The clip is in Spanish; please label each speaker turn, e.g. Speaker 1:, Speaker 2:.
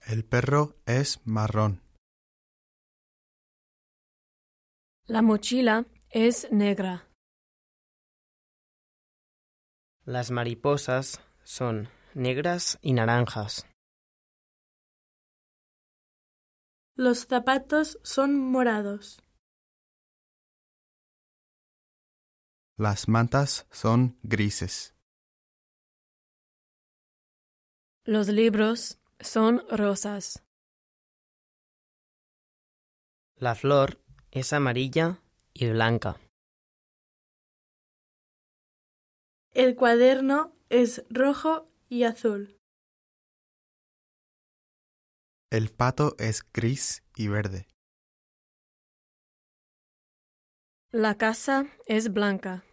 Speaker 1: El perro es marrón.
Speaker 2: La mochila es negra.
Speaker 3: Las mariposas son negras y naranjas.
Speaker 4: Los zapatos son morados.
Speaker 1: Las mantas son grises.
Speaker 2: Los libros son rosas.
Speaker 3: La flor es amarilla y blanca.
Speaker 4: El cuaderno es rojo y azul.
Speaker 1: El pato es gris y verde.
Speaker 2: La casa es blanca.